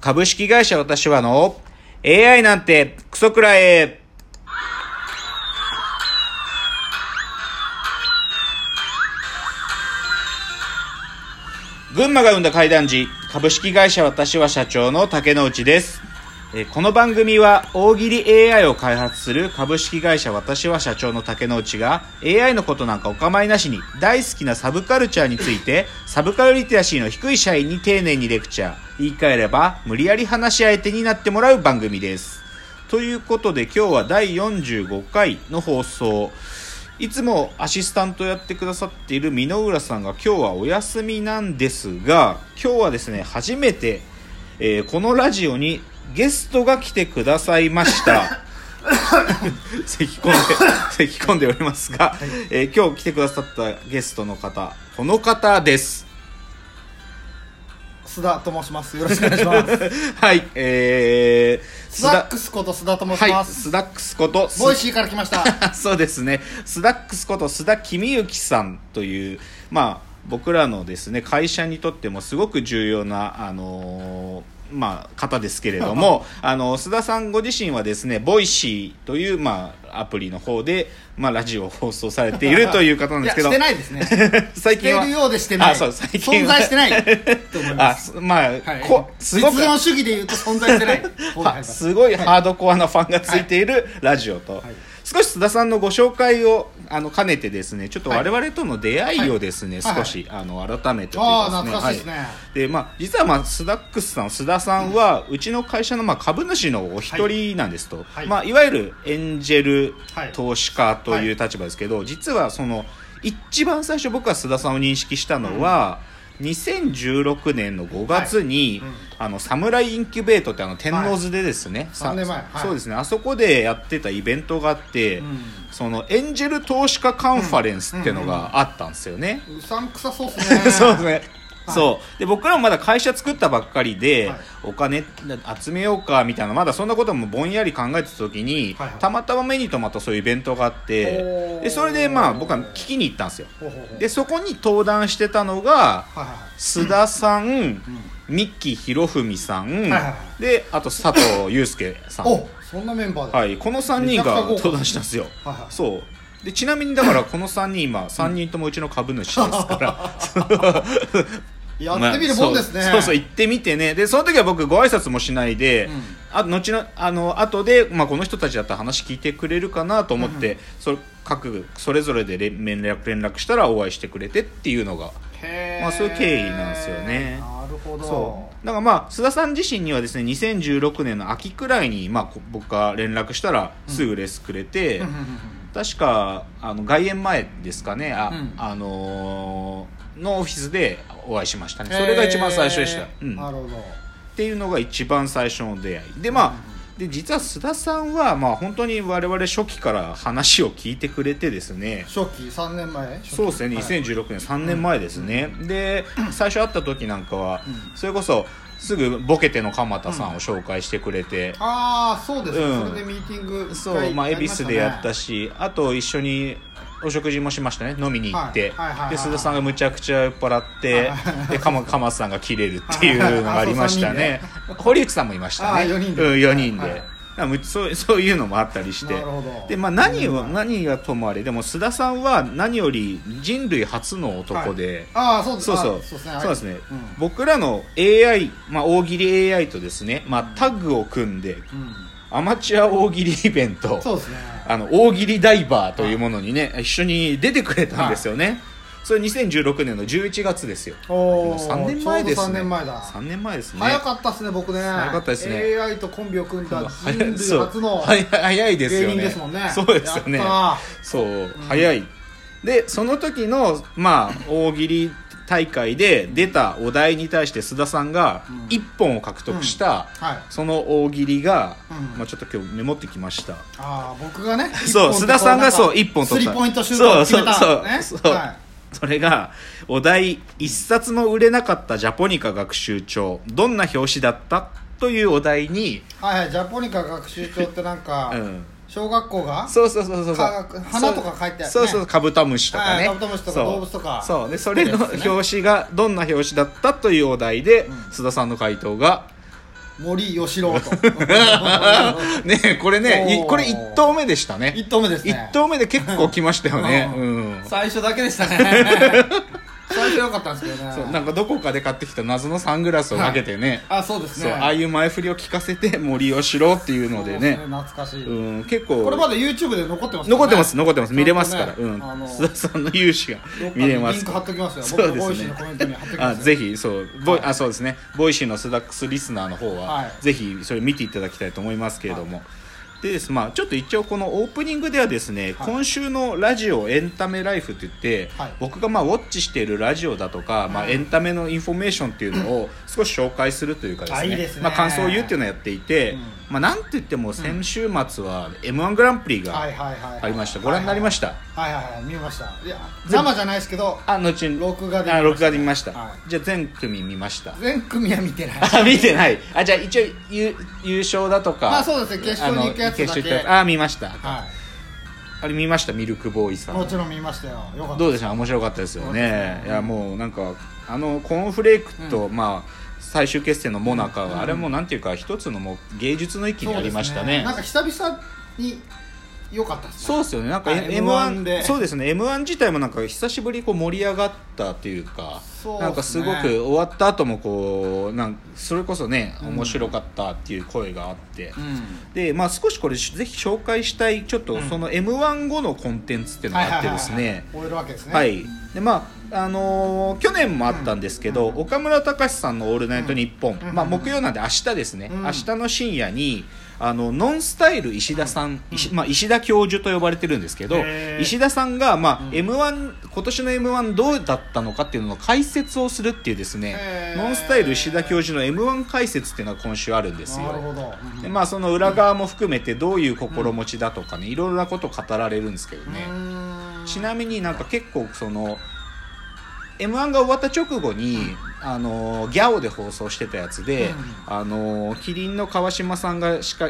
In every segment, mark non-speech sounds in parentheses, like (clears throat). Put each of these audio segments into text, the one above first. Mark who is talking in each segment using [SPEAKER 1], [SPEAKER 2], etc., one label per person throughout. [SPEAKER 1] 株式会社私はの AI なんてクソくらえ群馬が生んだ怪談時株式会社私は社長の竹之内ですえーこの番組は大喜利 AI を開発する株式会社私は社長の竹之内が AI のことなんかお構いなしに大好きなサブカルチャーについてサブカルリテラシーの低い社員に丁寧にレクチャー言い換えれば無理やり話し相手になってもらう番組ですということで今日は第45回の放送いつもアシスタントやってくださっている箕浦さんが今日はお休みなんですが今日はですね初めて、えーこのラジオにゲストが来てくださいました
[SPEAKER 2] (laughs)
[SPEAKER 1] 咳込んで咳込んでおりますが、えー今日来てくださったゲストの方この方です
[SPEAKER 2] 須田と申します。よろしくお願いします。
[SPEAKER 1] はいえー、
[SPEAKER 2] (laughs) スダックスこと須田と申し
[SPEAKER 1] はい、
[SPEAKER 2] ま
[SPEAKER 1] ス
[SPEAKER 2] す。
[SPEAKER 1] ダックスことす
[SPEAKER 2] ボイシーから来ました。
[SPEAKER 1] そうですね、スダックスこと須田公之さんという、まあ、僕らのですね会社にとってもすごく重要な、あのーまあ、方ですけれど
[SPEAKER 2] (laughs)
[SPEAKER 1] もあの須田さんご自身はですねボイシーという、まあ、アプリの方で、まあ、ラジオを放送されているという方なん
[SPEAKER 2] い
[SPEAKER 1] で
[SPEAKER 2] や、
[SPEAKER 1] すけど
[SPEAKER 2] してないです (laughs) ね。
[SPEAKER 1] 最
[SPEAKER 2] して
[SPEAKER 1] 近は
[SPEAKER 2] るようでしてない。
[SPEAKER 1] あそう最近
[SPEAKER 2] 存
[SPEAKER 1] は
[SPEAKER 2] 在して (laughs) ない。と思いま
[SPEAKER 1] あす
[SPEAKER 2] す。
[SPEAKER 1] まあ、
[SPEAKER 2] はい。
[SPEAKER 1] こすごく
[SPEAKER 2] 実用主義で言うと存在して (laughs) ない。方であり
[SPEAKER 1] は
[SPEAKER 2] ます
[SPEAKER 1] すごいハードコアなファンがついているラジオと、
[SPEAKER 2] い
[SPEAKER 1] 少し須田さんのご紹介をあの兼ねてですねちょっと我々との出会いをですね、
[SPEAKER 2] はい
[SPEAKER 1] 少し、あの改めてという
[SPEAKER 2] ああ、
[SPEAKER 1] か
[SPEAKER 2] 懐かしいですね。
[SPEAKER 1] はいでまあ、実は、まあ、スダックスさん須田さんは、うちの会社の、まあ、株主のお一人なんですと、い
[SPEAKER 2] はい
[SPEAKER 1] まあ、いわゆるエンジェル
[SPEAKER 2] はい
[SPEAKER 1] 投資家という立場ですけど、実はその一番最初僕は須田さんを認識したのは、2016年の5月に、
[SPEAKER 2] はいうん
[SPEAKER 1] あのサムライインキュベートってあの天王洲でですね、さ
[SPEAKER 2] 三年前はい
[SPEAKER 1] そうですねあそこでやってたイベントがあって、
[SPEAKER 2] うん
[SPEAKER 1] そのエンジェル投資家カンファレンスっていうのがあったんですよね、。
[SPEAKER 2] うさんくさ (laughs) そうですね
[SPEAKER 1] (laughs) そうですね。
[SPEAKER 2] はい
[SPEAKER 1] そうで僕らもまだ会社作ったばっかりで、
[SPEAKER 2] はい
[SPEAKER 1] お金集めようかみたいなまだそんなこともぼんやり考えてた時に、
[SPEAKER 2] はいはい
[SPEAKER 1] たまたま目に留まったそういうイベントがあって
[SPEAKER 2] おー
[SPEAKER 1] でそれでまあ僕は聞きに行ったんですよ
[SPEAKER 2] ほうほうほう。
[SPEAKER 1] でそこに登壇してたのが
[SPEAKER 2] はいはいはい。
[SPEAKER 1] 須田さん、三木博文さん、
[SPEAKER 2] いはいは
[SPEAKER 1] であと佐藤祐介さん
[SPEAKER 2] お、そんなメンバーで。
[SPEAKER 1] はい、この3人が
[SPEAKER 2] めちゃくちゃ豪華
[SPEAKER 1] 登壇したんですよ、
[SPEAKER 2] はいはい
[SPEAKER 1] そうでちなみにだからこの3人今3人ともうちの株主ですから
[SPEAKER 2] (laughs) やってみるもんですね。
[SPEAKER 1] まあそうそうそう行ってみてねでその時は僕ご挨拶もしないで、
[SPEAKER 2] ん
[SPEAKER 1] あ後のあの後で、まあ、この人たちだったら話聞いてくれるかなと思って、それ各それぞれで連連絡連絡したらお会いしてくれてっていうのが
[SPEAKER 2] へー
[SPEAKER 1] まあそういう経緯なんですよね
[SPEAKER 2] なるほど。
[SPEAKER 1] そうだからまあ須田さん自身にはですね2016年の秋くらいに、まあ、こ僕が連絡したらすぐレスくれて、
[SPEAKER 2] うんうんうん
[SPEAKER 1] 確かあの外苑前ですかねあ、
[SPEAKER 2] うん
[SPEAKER 1] あのーのオフィスでお会いしました
[SPEAKER 2] うん
[SPEAKER 1] ねそれが一番最初でした、
[SPEAKER 2] へ
[SPEAKER 1] う
[SPEAKER 2] ー
[SPEAKER 1] ん、
[SPEAKER 2] な
[SPEAKER 1] っ
[SPEAKER 2] るほど。
[SPEAKER 1] ていうのが一番最初の出会いでまあで実は須田さんは、まあ、本当に我々初期から話を聞いてくれてですね
[SPEAKER 2] 初期3年前初期
[SPEAKER 1] そうですね
[SPEAKER 2] はい
[SPEAKER 1] 2016年3年前ですね、で最初会った時なんかは、それこそすぐボケての鎌田さんを紹介してくれて、
[SPEAKER 2] ああそうですね、
[SPEAKER 1] うん
[SPEAKER 2] それでミーティング
[SPEAKER 1] そう、まあ、恵比寿でやった
[SPEAKER 2] し
[SPEAKER 1] し、あと一緒にお食事もしましたね、飲みに行って、
[SPEAKER 2] はいはいはいはい
[SPEAKER 1] で、須田さんがむちゃくちゃ酔っ払って、で、かま、かまさんが切れるっていうのがありましたね。堀内さんもいました
[SPEAKER 2] あ
[SPEAKER 1] ね。
[SPEAKER 2] ー四人で
[SPEAKER 1] うん、4人で。
[SPEAKER 2] はいはい
[SPEAKER 1] だからむそうそういうのもあったりして
[SPEAKER 2] なるほど
[SPEAKER 1] で、まあ、何を何がともあれでも須田さんは何より人類初の男で、
[SPEAKER 2] ああそうです
[SPEAKER 1] そうそう
[SPEAKER 2] あそうですね
[SPEAKER 1] そうですね
[SPEAKER 2] うん
[SPEAKER 1] 僕らの AI、まあ、大喜利 AI とですね、まあ、タッグを組んで
[SPEAKER 2] うん
[SPEAKER 1] アマチュア大喜利イベント
[SPEAKER 2] そうですね
[SPEAKER 1] あの大喜利ダイバーというものにね、一緒に出てくれたんですよね、それ2016年の11月ですよ
[SPEAKER 2] お
[SPEAKER 1] もう
[SPEAKER 2] お
[SPEAKER 1] 3年前ですね
[SPEAKER 2] ちょうど3年前だ
[SPEAKER 1] 3年前ですね
[SPEAKER 2] 早かったですね僕ね
[SPEAKER 1] 早かったですね
[SPEAKER 2] AI とコンビを組んだ
[SPEAKER 1] 早
[SPEAKER 2] 人
[SPEAKER 1] い
[SPEAKER 2] 類
[SPEAKER 1] そう
[SPEAKER 2] 初の
[SPEAKER 1] 早い早いです
[SPEAKER 2] 芸
[SPEAKER 1] よね
[SPEAKER 2] 人ですもんね
[SPEAKER 1] そうですよね
[SPEAKER 2] やったな
[SPEAKER 1] そう、早いでその時のまあ大喜利大会で出たお題に対して須田さんが
[SPEAKER 2] うん
[SPEAKER 1] 1本を獲得した、
[SPEAKER 2] はい
[SPEAKER 1] その大喜利が、
[SPEAKER 2] うん
[SPEAKER 1] まあ、ちょっと今日メモってきました
[SPEAKER 2] ああ僕がね
[SPEAKER 1] そう
[SPEAKER 2] 一本
[SPEAKER 1] 須田さんがそう
[SPEAKER 2] 一
[SPEAKER 1] 一本取った
[SPEAKER 2] スリーポイントシュートを決めた
[SPEAKER 1] そう
[SPEAKER 2] ね
[SPEAKER 1] そうそう、
[SPEAKER 2] はい
[SPEAKER 1] それがお題「一冊も売れなかったジャポニカ学習帳どんな表紙だった?」というお題に、
[SPEAKER 2] はいはいジャポニカ学習帳ってなんか
[SPEAKER 1] うん、
[SPEAKER 2] 小学校が
[SPEAKER 1] そうそうそうそう
[SPEAKER 2] 科学花とか書いてあるね
[SPEAKER 1] そうそうそうカブトムシとか
[SPEAKER 2] は
[SPEAKER 1] ね
[SPEAKER 2] いカブトムシとか
[SPEAKER 1] そう
[SPEAKER 2] 動物とか
[SPEAKER 1] そうでそれの
[SPEAKER 2] そうです
[SPEAKER 1] 表紙がどんな表紙だったというお題で、須田さんの回答が (laughs)
[SPEAKER 2] 森喜朗と (laughs)
[SPEAKER 1] ねえこれねい
[SPEAKER 2] おー
[SPEAKER 1] これ1投目でしたね
[SPEAKER 2] 一投目ですね
[SPEAKER 1] 1投目で結構来ましたよね
[SPEAKER 2] う
[SPEAKER 1] うんん
[SPEAKER 2] 最初だけでし
[SPEAKER 1] (laughs)
[SPEAKER 2] たね最初良かったんですけどね
[SPEAKER 1] そうなんかどこかで買ってきた謎のサングラスを投げてね
[SPEAKER 2] あそうです
[SPEAKER 1] そう
[SPEAKER 2] ね
[SPEAKER 1] ああいう前振りを聞かせて森喜朗っていうのでね
[SPEAKER 2] そうす懐かしい、
[SPEAKER 1] うん結構
[SPEAKER 2] これまだ YouTube で残ってますからね
[SPEAKER 1] 残ってます残ってます見れますから
[SPEAKER 2] ち
[SPEAKER 1] う
[SPEAKER 2] ゃんとね
[SPEAKER 1] ん
[SPEAKER 2] あ
[SPEAKER 1] (laughs)
[SPEAKER 2] の
[SPEAKER 1] 須田さんの勇姿
[SPEAKER 2] ど
[SPEAKER 1] が
[SPEAKER 2] っかに
[SPEAKER 1] 見れま
[SPEAKER 2] リン
[SPEAKER 1] す
[SPEAKER 2] ク貼っときますよ
[SPEAKER 1] そうですね
[SPEAKER 2] 僕ボイシーのコメントに貼っとき
[SPEAKER 1] あ
[SPEAKER 2] ますよ
[SPEAKER 1] ぜひそうボイ、
[SPEAKER 2] はい
[SPEAKER 1] あそうですねボイシーのスダックスリスナーの方は、
[SPEAKER 2] はい
[SPEAKER 1] ぜひそれ見ていただきたいと思いますけれども、でですまあちょっと一応このオープニングではですね、
[SPEAKER 2] はい
[SPEAKER 1] 今週のラジオエンタメライフって言って、
[SPEAKER 2] はい
[SPEAKER 1] 僕がまあウォッチしているラジオだとか、まあ
[SPEAKER 2] はい
[SPEAKER 1] エンタメのインフォメーションっていう
[SPEAKER 2] (clears throat)
[SPEAKER 1] のを少し紹介するというかです
[SPEAKER 2] あ
[SPEAKER 1] ね
[SPEAKER 2] いいですね
[SPEAKER 1] まあ感想を言うっていうのをやっていて、
[SPEAKER 2] うん
[SPEAKER 1] まあなんて言っても先週末は m 1グランプリが
[SPEAKER 2] はいはいはい
[SPEAKER 1] ありました、ご覧になりま
[SPEAKER 2] し
[SPEAKER 1] した、
[SPEAKER 2] たはいはいはい見ましたいや生じゃないですけど
[SPEAKER 1] あ後に
[SPEAKER 2] 録画で
[SPEAKER 1] あ録画で見ました、
[SPEAKER 2] はい
[SPEAKER 1] じゃあ全組見ました (laughs)
[SPEAKER 2] 全組は見てない
[SPEAKER 1] あ見てないあじゃあ一応優優勝だとか
[SPEAKER 2] まあそうですね決勝に行くやつだけ
[SPEAKER 1] あの決勝行ったあ見ました、
[SPEAKER 2] は
[SPEAKER 1] あれ見ましたミルクボーイさ
[SPEAKER 2] いも
[SPEAKER 1] ん
[SPEAKER 2] ちろん見ましたよよかった
[SPEAKER 1] どうでした面白かったですよ
[SPEAKER 2] そうです
[SPEAKER 1] ね
[SPEAKER 2] ね
[SPEAKER 1] いやもうなんかあのコーンフレークと、まあ最終決戦のモナカは、あれもなんていうか一つのもう芸術の域にありました
[SPEAKER 2] そうです
[SPEAKER 1] ね
[SPEAKER 2] なんか久々に良かったですね
[SPEAKER 1] そうですよねなんか
[SPEAKER 2] あ
[SPEAKER 1] M-
[SPEAKER 2] M1
[SPEAKER 1] M1
[SPEAKER 2] で
[SPEAKER 1] そうですね M1 自体もなんか久しぶりにこう盛り上がったというか
[SPEAKER 2] そうですね
[SPEAKER 1] なんかすごく終わった後もこうなんそれこそね面白かったっていう声があって、
[SPEAKER 2] うん
[SPEAKER 1] でまあ少しこれしぜひ紹介したいちょっとその M1 後のコンテンツっていうのがあってですね
[SPEAKER 2] 終えるわけですね
[SPEAKER 1] はいでまああのー去年もあったんですけど、岡村隆史さんの「オールナイトニッポン」
[SPEAKER 2] うん
[SPEAKER 1] まあ、木曜なんで明日ですね、
[SPEAKER 2] うん
[SPEAKER 1] 明日の深夜にあのノンスタイル石田さん、石まあ、石田教授と呼ばれてるんですけど
[SPEAKER 2] へー
[SPEAKER 1] 石田さんが、まあ
[SPEAKER 2] うん
[SPEAKER 1] M1 今年の m 1どうだったのかっていうのを解説をするっていうですね
[SPEAKER 2] へー
[SPEAKER 1] ノンスタイル石田教授の m 1解説っていうのが今週あるんですよ。
[SPEAKER 2] なるほど
[SPEAKER 1] でまあ、その裏側も含めてどういう心持ちだとかね、いろいろなこと語られるんですけどね、ちなみになんか結構その m 1が終わった直後に、あのギャオで放送してたやつで、あのキリンの川島さんがしか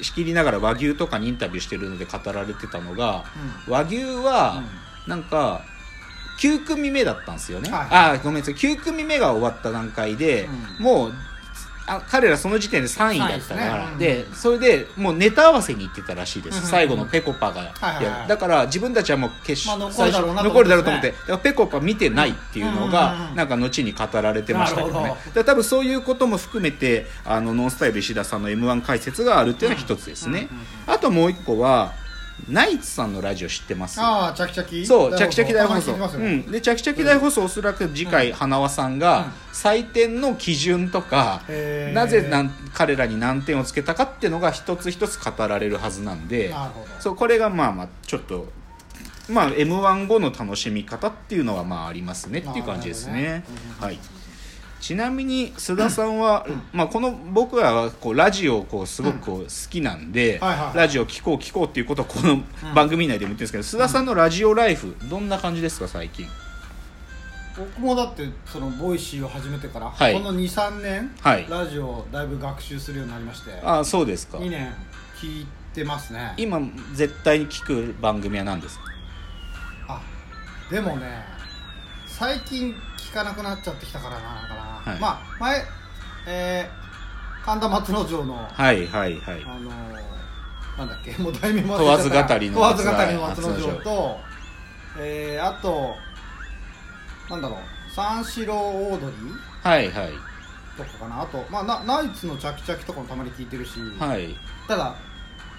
[SPEAKER 1] 仕切りながら和牛とかにインタビューしてるので語られてたのが和牛はなんか9組目だったんですよね、
[SPEAKER 2] はい
[SPEAKER 1] あごめんなさい9組目が終わった段階で、もうあ彼らその時点で3位だったから
[SPEAKER 2] 3位
[SPEAKER 1] で,、
[SPEAKER 2] ですね
[SPEAKER 1] それでもうネタ合わせに行ってたらしいです、
[SPEAKER 2] うんうんうん
[SPEAKER 1] 最後のペコパが、
[SPEAKER 2] いはいはい
[SPEAKER 1] やだから自分たちはもう決勝、
[SPEAKER 2] まあ残るだろうなと
[SPEAKER 1] 残
[SPEAKER 2] 思ってますね
[SPEAKER 1] るだろうと思ってだからペコパ見てないっていうのが、
[SPEAKER 2] うんうんうんうん
[SPEAKER 1] なんか後に語られてましたけどね
[SPEAKER 2] なる
[SPEAKER 1] だ
[SPEAKER 2] ほど
[SPEAKER 1] から多分そういうことも含めてあのノンスタイル石田さんの m 1解説があるっていうのは一つですね、
[SPEAKER 2] うんうんうん
[SPEAKER 1] あともう一個はナイツさんのラジオ知ってます
[SPEAKER 2] ああチャキチャキ
[SPEAKER 1] そう、チャキチャキ大放送。
[SPEAKER 2] たまに聞きます
[SPEAKER 1] う
[SPEAKER 2] よ
[SPEAKER 1] ん、で、チャキチャキ大放送、おそらく次回、花輪さん
[SPEAKER 2] うん
[SPEAKER 1] が採点の基準とか。
[SPEAKER 2] へー
[SPEAKER 1] なぜなん彼らに何点をつけたかっていうのが一つ一つ語られるはずなんで
[SPEAKER 2] なるほど
[SPEAKER 1] そうこれがまあまあちょっと、まあ、m 1後の楽しみ方っていうのはまあありますねっていう感じですね。
[SPEAKER 2] な
[SPEAKER 1] は
[SPEAKER 2] る
[SPEAKER 1] い、ちなみに須田さん (clears throat) は、まあ、この僕らはこうラジオをこうすごくこう好きなんで、
[SPEAKER 2] はいはいはい
[SPEAKER 1] ラジオ聞こう聞こうっていうことをこの番組内でも言ってるんですけど、須田さんのラジオライフどんな感じですか最近
[SPEAKER 2] 僕もだってそのボイシーを始めてから、
[SPEAKER 1] はい
[SPEAKER 2] この23年、
[SPEAKER 1] はい
[SPEAKER 2] ラジオをだいぶ学習するようになりまして
[SPEAKER 1] ああそうですか
[SPEAKER 2] 2年聞いてますね
[SPEAKER 1] 今絶対に聞く番組は何ですか
[SPEAKER 2] あでもね最近聞かなくなっちゃってきたからなのかな、
[SPEAKER 1] はい
[SPEAKER 2] まあ前、えー神田松之丞の、
[SPEAKER 1] はいはいはい
[SPEAKER 2] あのーなんだっけもう題名も
[SPEAKER 1] 問わず語りの
[SPEAKER 2] 問わず語りの松
[SPEAKER 1] はい
[SPEAKER 2] 之丞と、えーあとなんだろう三四郎オードリー
[SPEAKER 1] はいはい
[SPEAKER 2] とかかなあと、まあ、なナイツのチャキチャキとかもたまに聞いてるし、
[SPEAKER 1] はい
[SPEAKER 2] ただ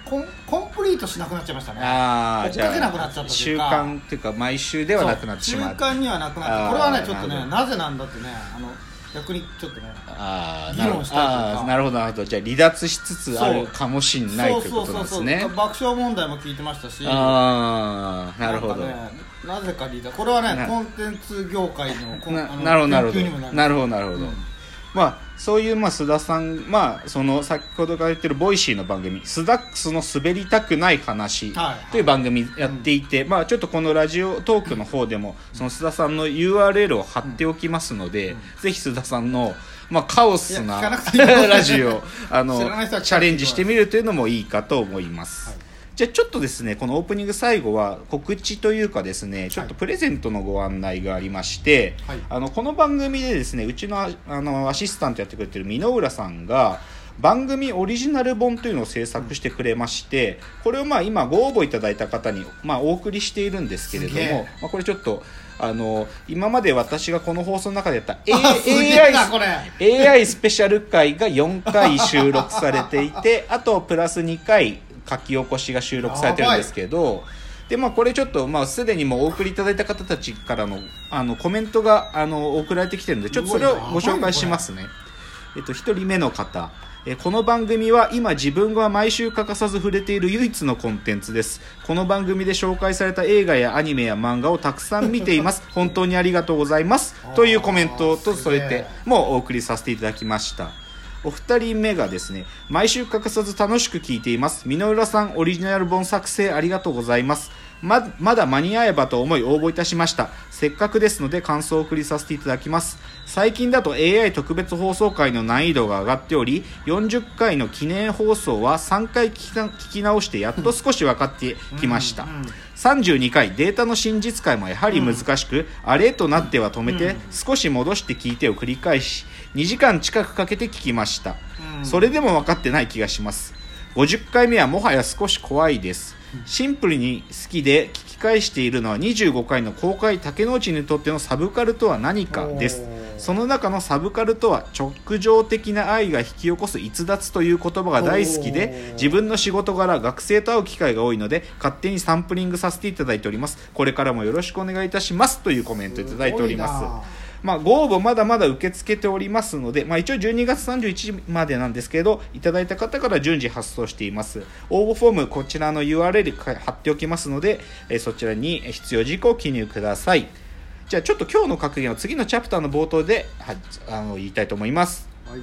[SPEAKER 2] コンコンプリートしなくなっちゃいましたね
[SPEAKER 1] ああじ
[SPEAKER 2] 追っかけなくな
[SPEAKER 1] ゃ
[SPEAKER 2] っちゃっ
[SPEAKER 1] あ
[SPEAKER 2] たとい
[SPEAKER 1] 習
[SPEAKER 2] うか
[SPEAKER 1] 慣っていうか毎週ではなくなってしま
[SPEAKER 2] そう中間にはなくなっ
[SPEAKER 1] あー
[SPEAKER 2] たこれはねちょっ
[SPEAKER 1] な
[SPEAKER 2] と
[SPEAKER 1] る
[SPEAKER 2] ね
[SPEAKER 1] ほ
[SPEAKER 2] なぜなんだってねあの逆にちょっとね
[SPEAKER 1] ああ
[SPEAKER 2] 議論したというか
[SPEAKER 1] ああなるほどなるほどじゃあ離脱しつつあるかもしれないということなんですね
[SPEAKER 2] 爆笑問題も聞いてましたし
[SPEAKER 1] ああなるほど
[SPEAKER 2] んかねなぜかリーダーこれは
[SPEAKER 1] な
[SPEAKER 2] ねコンテンツ業界のこん
[SPEAKER 1] な
[SPEAKER 2] あの
[SPEAKER 1] なるほどなるほ
[SPEAKER 2] 研究にも
[SPEAKER 1] ど
[SPEAKER 2] な
[SPEAKER 1] なる
[SPEAKER 2] る
[SPEAKER 1] ほどなるほど、
[SPEAKER 2] うん
[SPEAKER 1] まあそういう、まあ、須田さんまあその先ほどから言ってるボイシーの番組「スダックスの滑りたくない話
[SPEAKER 2] はいは」い
[SPEAKER 1] という番組やっていて、まあちょっとこのラジオトークの方でも、その須田さんの URL を貼っておきますので、ぜひ須田さんのまあカオスない
[SPEAKER 2] や聞かなくていいよ
[SPEAKER 1] ラジオあの
[SPEAKER 2] 知らない人は聞かない
[SPEAKER 1] チャレンジしてみるというのもいいかと思います。
[SPEAKER 2] はい
[SPEAKER 1] じゃあちょっとですねこのオープニング最後は告知というかですねちょっとプレゼントのご案内がありまして、
[SPEAKER 2] はい
[SPEAKER 1] あのこの番組でですねうちのああのアシスタントやってくれてる箕浦さんが番組オリジナル本というのを制作してくれまして、これをまあ今ご応募いただいた方にまあお送りしているんですけれど
[SPEAKER 2] すげ
[SPEAKER 1] も
[SPEAKER 2] え、
[SPEAKER 1] まあ、これちょっとあの今まで私がこの放送の中でやった
[SPEAKER 2] あすげえ
[SPEAKER 1] AI
[SPEAKER 2] なこれ
[SPEAKER 1] AI スペシャル回が4回収録されてい
[SPEAKER 2] (laughs)
[SPEAKER 1] てあとプラス2回書き起こしが収録されてるんですけどでまあこれちょっとまあすでにもうお送りいただいた方たちからのあのコメントがあの送られてきてるのでちょっとそれをご紹介しますね。えっと、1人目の方えーこの番組は今自分が毎週欠かさず触れている唯一のコンテンツですこの番組で紹介された映画やアニメや漫画をたくさん見ています
[SPEAKER 2] (laughs)
[SPEAKER 1] 本当にありがとうございます
[SPEAKER 2] あー
[SPEAKER 1] というコメントと
[SPEAKER 2] す
[SPEAKER 1] そ
[SPEAKER 2] げえ
[SPEAKER 1] れてもうお送りさせていただきましたお二人目がですね毎週欠かさず楽しく聞いています箕浦さんオリジナル本作成ありがとうございますままだ間に合えばと思い応募いたしましたせっかくですので感想を送りさせていただきます最近だと AI 特別放送回の難易度が上がっており40回の記念放送は3回聞きな聞き直してやっと少し分かってきました、
[SPEAKER 2] うんうん
[SPEAKER 1] 32回データの真実解もやはり難しく、あれとなっては止めて、少し戻して聞いてを繰り返し2時間近くかけて聞きました、
[SPEAKER 2] うん
[SPEAKER 1] それでも分かってない気がします50回目はもはや少し怖いですシンプルに好きで聞き返しているのは25回の公開竹之内にとってのサブカルとは何かです
[SPEAKER 2] おー
[SPEAKER 1] その中のサブカルとは直情的な愛が引き起こす逸脱という言葉が大好きで
[SPEAKER 2] おー
[SPEAKER 1] 自分の仕事柄学生と会う機会が多いので勝手にサンプリングさせていただいておりますこれからもよろしくお願いいたしますというコメントいただいております
[SPEAKER 2] すごいな
[SPEAKER 1] まあ、ご応募まだまだ受け付けておりますので、まあ、一応12月31日までなんですけどいただいた方から順次発送しています応募フォームこちらの URL か貼っておきますので、えーそちらに必要事項を記入くださいじゃあちょっと今日の格言を次のチャプターの冒頭ではあの言いたいと思います
[SPEAKER 2] はい